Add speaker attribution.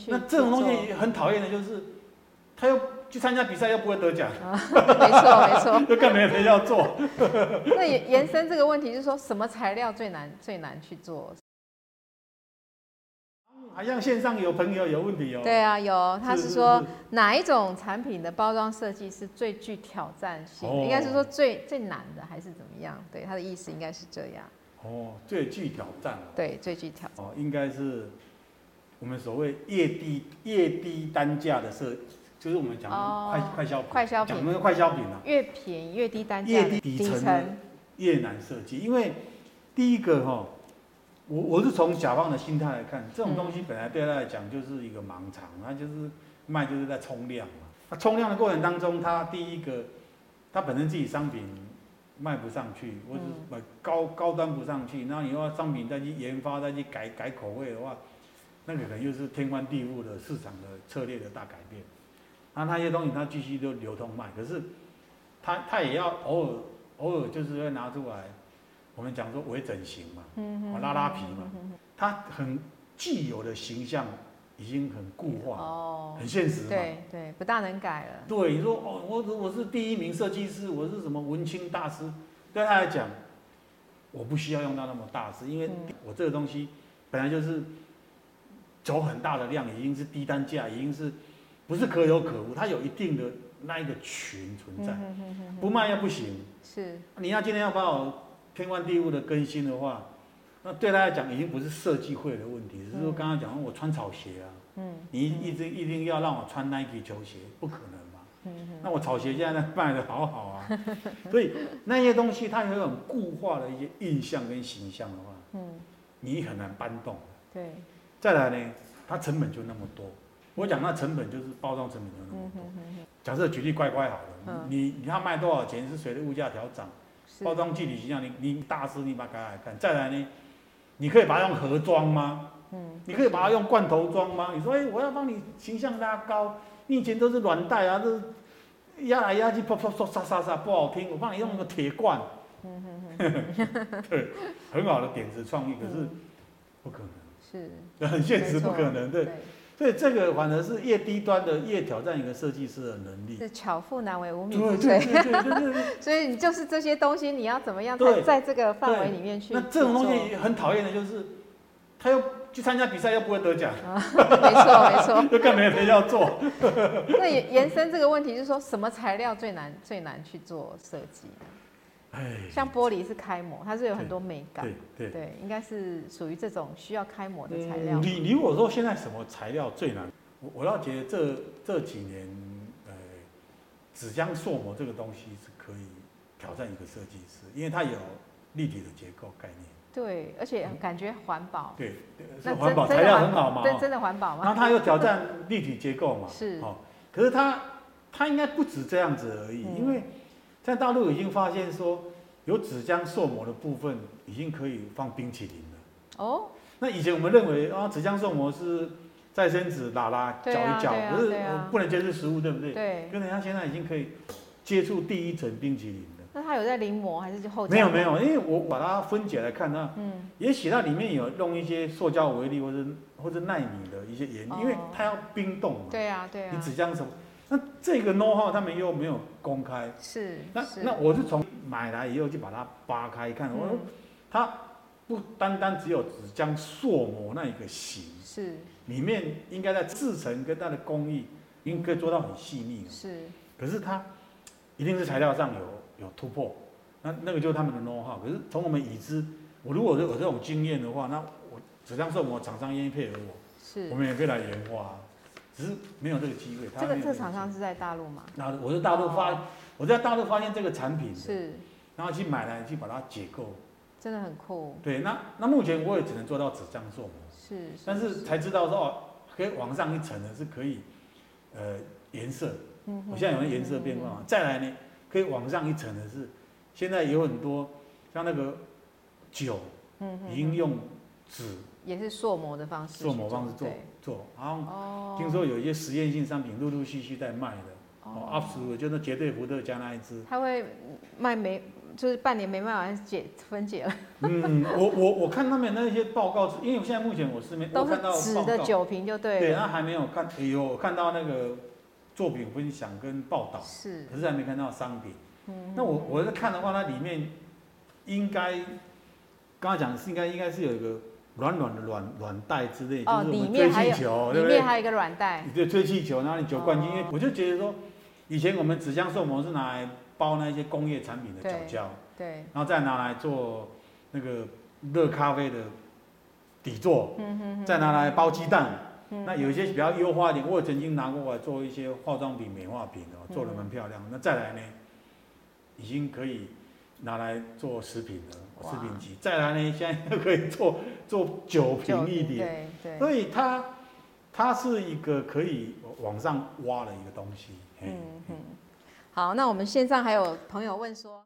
Speaker 1: 去
Speaker 2: 那这种东
Speaker 1: 去
Speaker 2: 西很讨厌的，就是他又去参加比赛又不会得奖，
Speaker 1: 做 没错没错。
Speaker 2: 又更没人要做。
Speaker 1: 那延延伸这个问题，就是说什么材料最难最难去
Speaker 2: 哦
Speaker 1: 做？
Speaker 2: 好像线上有朋友有问题哦。
Speaker 1: 对啊，有
Speaker 2: 是，
Speaker 1: 他是说哪一种产品的包装设计是最具挑战性的？
Speaker 2: 哦
Speaker 1: 应该是说最最难的，还是怎么样？对，他的意思应该是这样。
Speaker 2: 哦，最具挑战哦
Speaker 1: 对，最具挑
Speaker 2: 哦，应该是我们所谓越低越低单价的设，就是我们讲
Speaker 1: 哦
Speaker 2: 快、快消品，
Speaker 1: 快消
Speaker 2: 讲
Speaker 1: 品
Speaker 2: 那个快消品啊，
Speaker 1: 越便宜越低单价
Speaker 2: 越
Speaker 1: 的
Speaker 2: 低
Speaker 1: 低
Speaker 2: 层的越难设计，因为第一个哈、我我是从甲方的心态来看，这种东西本来对他来讲就是一个盲场，他就是卖就是在冲量嘛。那冲量的过程当中，他第一个，他本身自己商品卖不上去，或者
Speaker 1: 嗯
Speaker 2: 买高高端不上去，那你又要商品再去研发、再去改改口味的话，那个可能又是天翻地覆的市场的策略的大改变。那那些东西它继续都流通卖，可是他他也要偶尔偶尔就是会拿出来，我们讲说微整形嘛，
Speaker 1: 嗯
Speaker 2: 哦拉拉皮嘛，他很既有的形象已经很固化，
Speaker 1: 哦，
Speaker 2: 很现实嘛。
Speaker 1: 对对，不大能改了。
Speaker 2: 对，你说哦，我我是第一名设计师，我是什么文青大师，对他来讲，我不需要用到那么大师，因为
Speaker 1: 嗯
Speaker 2: 我这个东西本来就是走很大的量，已经是低单价，已经是不是可有可无，它有一定的那一个群存在，
Speaker 1: 嗯哼哼哼
Speaker 2: 不卖又不行。
Speaker 1: 是
Speaker 2: 你要今天要把我天翻地覆的更新的话，那对他来讲已经不是设计会的问题，只是说刚刚讲我穿草鞋啊，
Speaker 1: 嗯
Speaker 2: 你一直一定要让我穿 Nike 球鞋，不可能嘛。
Speaker 1: 嗯
Speaker 2: 那我草鞋现在卖的好好啊， 所以那些东西它有一种固化的一些印象跟形象的话，
Speaker 1: 哼嗯，
Speaker 2: 你很难搬动。
Speaker 1: 对，
Speaker 2: 再来呢，它成本就那么多。我讲那成本就是包装成本就那么
Speaker 1: 嗯
Speaker 2: 多。
Speaker 1: 哼哼哼
Speaker 2: 假设举例乖乖好了
Speaker 1: 嗯，
Speaker 2: 你你要卖多少钱是随着物价调整。
Speaker 1: 是
Speaker 2: 包装具体形象，你你大师你把它改改看，再来呢，你可以把它用盒装吗？
Speaker 1: 嗯
Speaker 2: 你可以把它用罐头装吗？你说，哎、我要帮你形象拉高，你以前都是软袋啊，都是压来压去，啪啪啪沙沙沙，不好听，我帮你用个铁罐，
Speaker 1: 嗯哼哼
Speaker 2: 很好的点子创意，可是
Speaker 1: 嗯
Speaker 2: 不可
Speaker 1: 是
Speaker 2: 能，很现实，
Speaker 1: 没错
Speaker 2: 不可能，对。
Speaker 1: 对。
Speaker 2: 所以这个反而是越低端的越挑战一个设计师的能力。
Speaker 1: 是巧妇难为无米
Speaker 2: 对
Speaker 1: 之
Speaker 2: 对
Speaker 1: 炊，
Speaker 2: 对对对对。
Speaker 1: 所以你就是这些东西，你要怎么样
Speaker 2: 对
Speaker 1: 在在这个范围
Speaker 2: 对
Speaker 1: 里面去？
Speaker 2: 那这种东
Speaker 1: 去做
Speaker 2: 西很讨厌的就是，他又去参加比赛又不会得奖，
Speaker 1: 没错没错。
Speaker 2: 又更没人要做。
Speaker 1: 那延延伸这个问题，就是说什么材料最难最难去做设计呢？
Speaker 2: 哎，
Speaker 1: 像玻璃是开模，它是有很多美感
Speaker 2: 对，对，
Speaker 1: 对，应该是属于这种需要开模的材料
Speaker 2: 嗯。你你如果说现在什么材料最难？我我倒觉得这这几年，呃，纸浆塑模这个东西是可以挑战一个设计师，因为它有立体的结构概念，
Speaker 1: 对，而且感觉环保，
Speaker 2: 对，对
Speaker 1: 哦那真
Speaker 2: 是环保
Speaker 1: 真
Speaker 2: 材
Speaker 1: 的
Speaker 2: 料
Speaker 1: 环
Speaker 2: 很好嘛，
Speaker 1: 真
Speaker 2: 哦
Speaker 1: 真的环保
Speaker 2: 然后
Speaker 1: 吗？
Speaker 2: 它又挑战立体结构嘛，
Speaker 1: 是
Speaker 2: 哦，可是它它应该不止这样子而已，
Speaker 1: 嗯
Speaker 2: 因为在大陆已经发现说有纸浆塑模的部分已经可以放冰淇淋了。
Speaker 1: 哦，
Speaker 2: 那以前我们认为啊，纸浆送膜是再生纸拉拉搅
Speaker 1: 对啊
Speaker 2: 一搅，
Speaker 1: 对啊
Speaker 2: 可是呃
Speaker 1: 对啊
Speaker 2: 不能接触食物，对不对？
Speaker 1: 对，
Speaker 2: 跟人家现在已经可以接触第一层冰淇淋了。
Speaker 1: 那它有在临摹还是就后加
Speaker 2: 没有
Speaker 1: 工
Speaker 2: 没，有，因为我把它分解来看，那
Speaker 1: 嗯，
Speaker 2: 也许它里面有用一些塑胶微粒或者或者纳米的一些原
Speaker 1: 哦
Speaker 2: 料，因为它要冰冻嘛。
Speaker 1: 对啊对
Speaker 2: 你
Speaker 1: 啊，
Speaker 2: 纸浆什么？那这个 know how 他们又没有公开，
Speaker 1: 是
Speaker 2: 那
Speaker 1: 是
Speaker 2: 那我是从买来以后就把它扒开看，我说
Speaker 1: 嗯
Speaker 2: 它不单单只有纸浆塑模那一个形，
Speaker 1: 是
Speaker 2: 里面应该在制成跟它的工艺，应该做到很细腻了。
Speaker 1: 是
Speaker 2: 可是它一定是材料上有有突破，那那个就是他们的 know how。可是从我们已知，我如果有这种经验的话，那我只要说我们厂商愿意配合我，
Speaker 1: 是
Speaker 2: 我，们也可以来研发啊。只是没有这个机会。他
Speaker 1: 这个
Speaker 2: 没有
Speaker 1: 这个厂
Speaker 2: 机会，
Speaker 1: 商是在大陆吗？
Speaker 2: 那我是大陆发，
Speaker 1: 哦
Speaker 2: 我在大陆发现这个产品的，
Speaker 1: 是，
Speaker 2: 然后去买来去把它解构。
Speaker 1: 真的很酷，
Speaker 2: 对，那那目前我也只能做到纸浆做模。
Speaker 1: 是，
Speaker 2: 但是才知道说，哦，可以往上一层呢是可以，呃，颜色，
Speaker 1: 嗯哼
Speaker 2: 我现在有颜色变化嘛。再来呢，可以往上一层的是，现在有很多像那个酒
Speaker 1: 嗯哼
Speaker 2: 已经用纸
Speaker 1: 也是塑模的方式去，
Speaker 2: 做某方式做
Speaker 1: 对
Speaker 2: 做，然后
Speaker 1: 哦，
Speaker 2: 听说有一些实验性商品陆陆续续在卖的，哦
Speaker 1: 哦，
Speaker 2: ，UP 主就那绝对伏特加那一支，
Speaker 1: 他会卖美就是半年没办法解分解了，
Speaker 2: 嗯， 我我我看他们那些报告，因为我现在目前我是没
Speaker 1: 都
Speaker 2: 我
Speaker 1: 是
Speaker 2: 看到
Speaker 1: 纸
Speaker 2: 报
Speaker 1: 的
Speaker 2: 告，
Speaker 1: 酒瓶就对
Speaker 2: 对，
Speaker 1: 了。
Speaker 2: 那还没有看，有我看到那个作品分享跟报道，
Speaker 1: 是，
Speaker 2: 可是还没看到商品。
Speaker 1: 嗯
Speaker 2: 啊那我我在看的话，它里面应该刚刚讲是应该应该是有一个软软的软软袋之类，就
Speaker 1: 哦
Speaker 2: 是我
Speaker 1: 里
Speaker 2: 们
Speaker 1: 面
Speaker 2: 追
Speaker 1: 还有
Speaker 2: 气球，对
Speaker 1: 里
Speaker 2: 不
Speaker 1: 面
Speaker 2: 对？
Speaker 1: 还有一个软袋，
Speaker 2: 你就追气球，然后你酒灌进，因为
Speaker 1: 哦
Speaker 2: 我就觉得说，以前我们纸箱寿膜是拿来包那些工业产品的
Speaker 1: 对
Speaker 2: 角胶，
Speaker 1: 对，
Speaker 2: 然后再拿来做那个热咖啡的底座，
Speaker 1: 嗯哼
Speaker 2: 再拿来包鸡蛋。
Speaker 1: 嗯
Speaker 2: 那有一些比较优化一点，我也曾经拿过来做一些化妆品、美化品
Speaker 1: 嗯
Speaker 2: 哦，做的蛮漂亮。那再来呢，已经可以拿来做食品了，
Speaker 1: 哇
Speaker 2: 食品级。再来呢，现在又可以做 做酒
Speaker 1: 酒
Speaker 2: 瓶一点，
Speaker 1: 对对，
Speaker 2: 所以它它是一个可以往上挖的一个东西。嘿
Speaker 1: 嗯嗯哼。好，那我们线上还有朋友问说。